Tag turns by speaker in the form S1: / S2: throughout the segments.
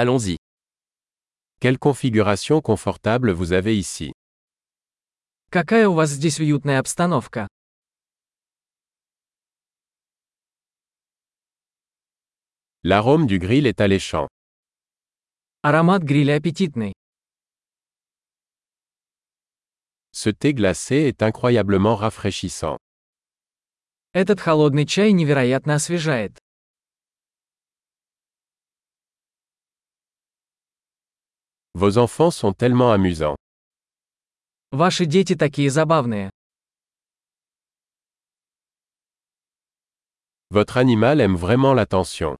S1: Allons-y.
S2: Quelle configuration confortable vous avez ici.
S3: Какая у вас здесь уютная обстановка?
S2: L'arôme du grill est alléchant.
S3: Аромат гриля аппетитный.
S2: Ce thé glacé est incroyablement rafraîchissant.
S3: Этот холодный чай невероятно освежает.
S2: Vos enfants sont tellement amusants.
S3: Ваши дети такие забавные.
S2: Votre animal aime vraiment l'attention.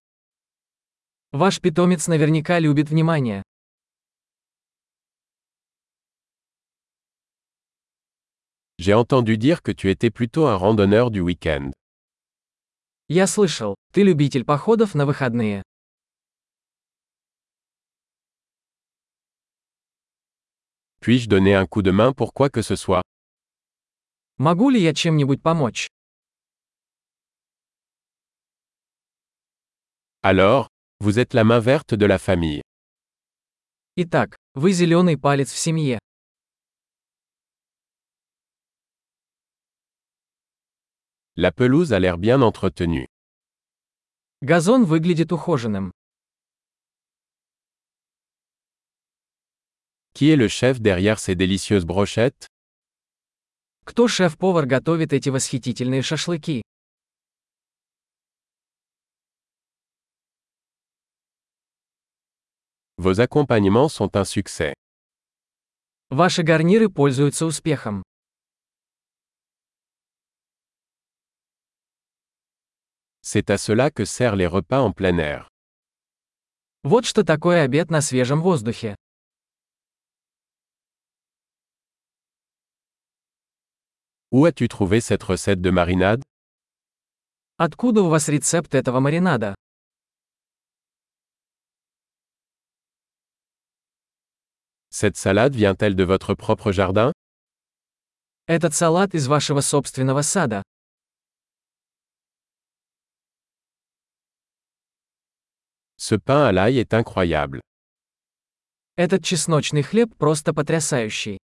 S3: Ваш питомец наверняка любит внимание.
S2: J'ai entendu dire que tu étais plutôt un randonneur du week-end.
S3: Я слышал, ты любитель походов на выходные.
S2: Puis-je donner un coup de main pour quoi que ce soit
S3: Могу ли я чем-нибудь помочь?
S2: Alors, vous êtes la main verte de la famille.
S3: Итак, вы зеленый палец в семье.
S2: La pelouse a l'air bien entretenue.
S3: Газон выглядит ухоженным.
S2: Qui est le chef derrière ces délicieuses brochettes
S3: Кто шеф-повар готовит эти восхитительные шашлыки?
S2: Vos accompagnements sont un succès.
S3: Ваши гарниры пользуются успехом.
S2: C'est à cela que servent les repas en plein air.
S3: Вот что такое обед на свежем воздухе.
S2: Où as-tu trouvé cette recette de marinade
S3: Откуда у вас рецепт этого маринада?
S2: Cette salade vient-elle de votre propre jardin
S3: Этот салат из вашего собственного сада.
S2: Ce pain à l'ail est incroyable.
S3: Этот чесночный хлеб просто потрясающий.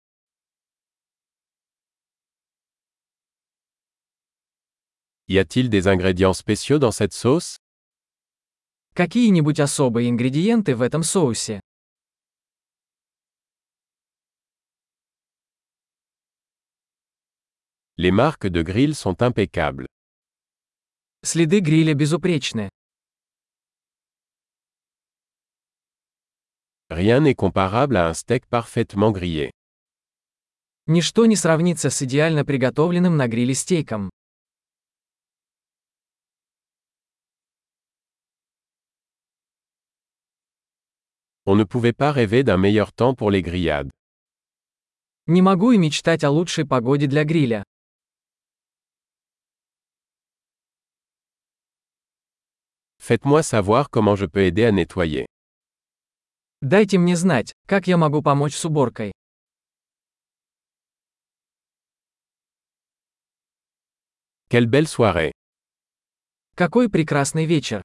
S2: Y a-t-il des ingrédients spéciaux dans cette sauce
S3: Какие-нибудь особые ингредиенты в этом соусе?
S2: Les marques de grill sont impeccables.
S3: Следы гриля безупречны.
S2: Rien n'est comparable à un steak parfaitement grillé.
S3: Ничто не сравнится с идеально приготовленным на гриле стейком.
S2: On ne pouvait pas rêver d'un meilleur temps pour les grillades.
S3: Не могу и мечтать о лучшей погоде для гриля.
S2: Faites-moi savoir comment je peux aider à nettoyer.
S3: Дайте мне знать, как я могу помочь с уборкой.
S2: Quelle belle soirée
S3: Какой прекрасный вечер.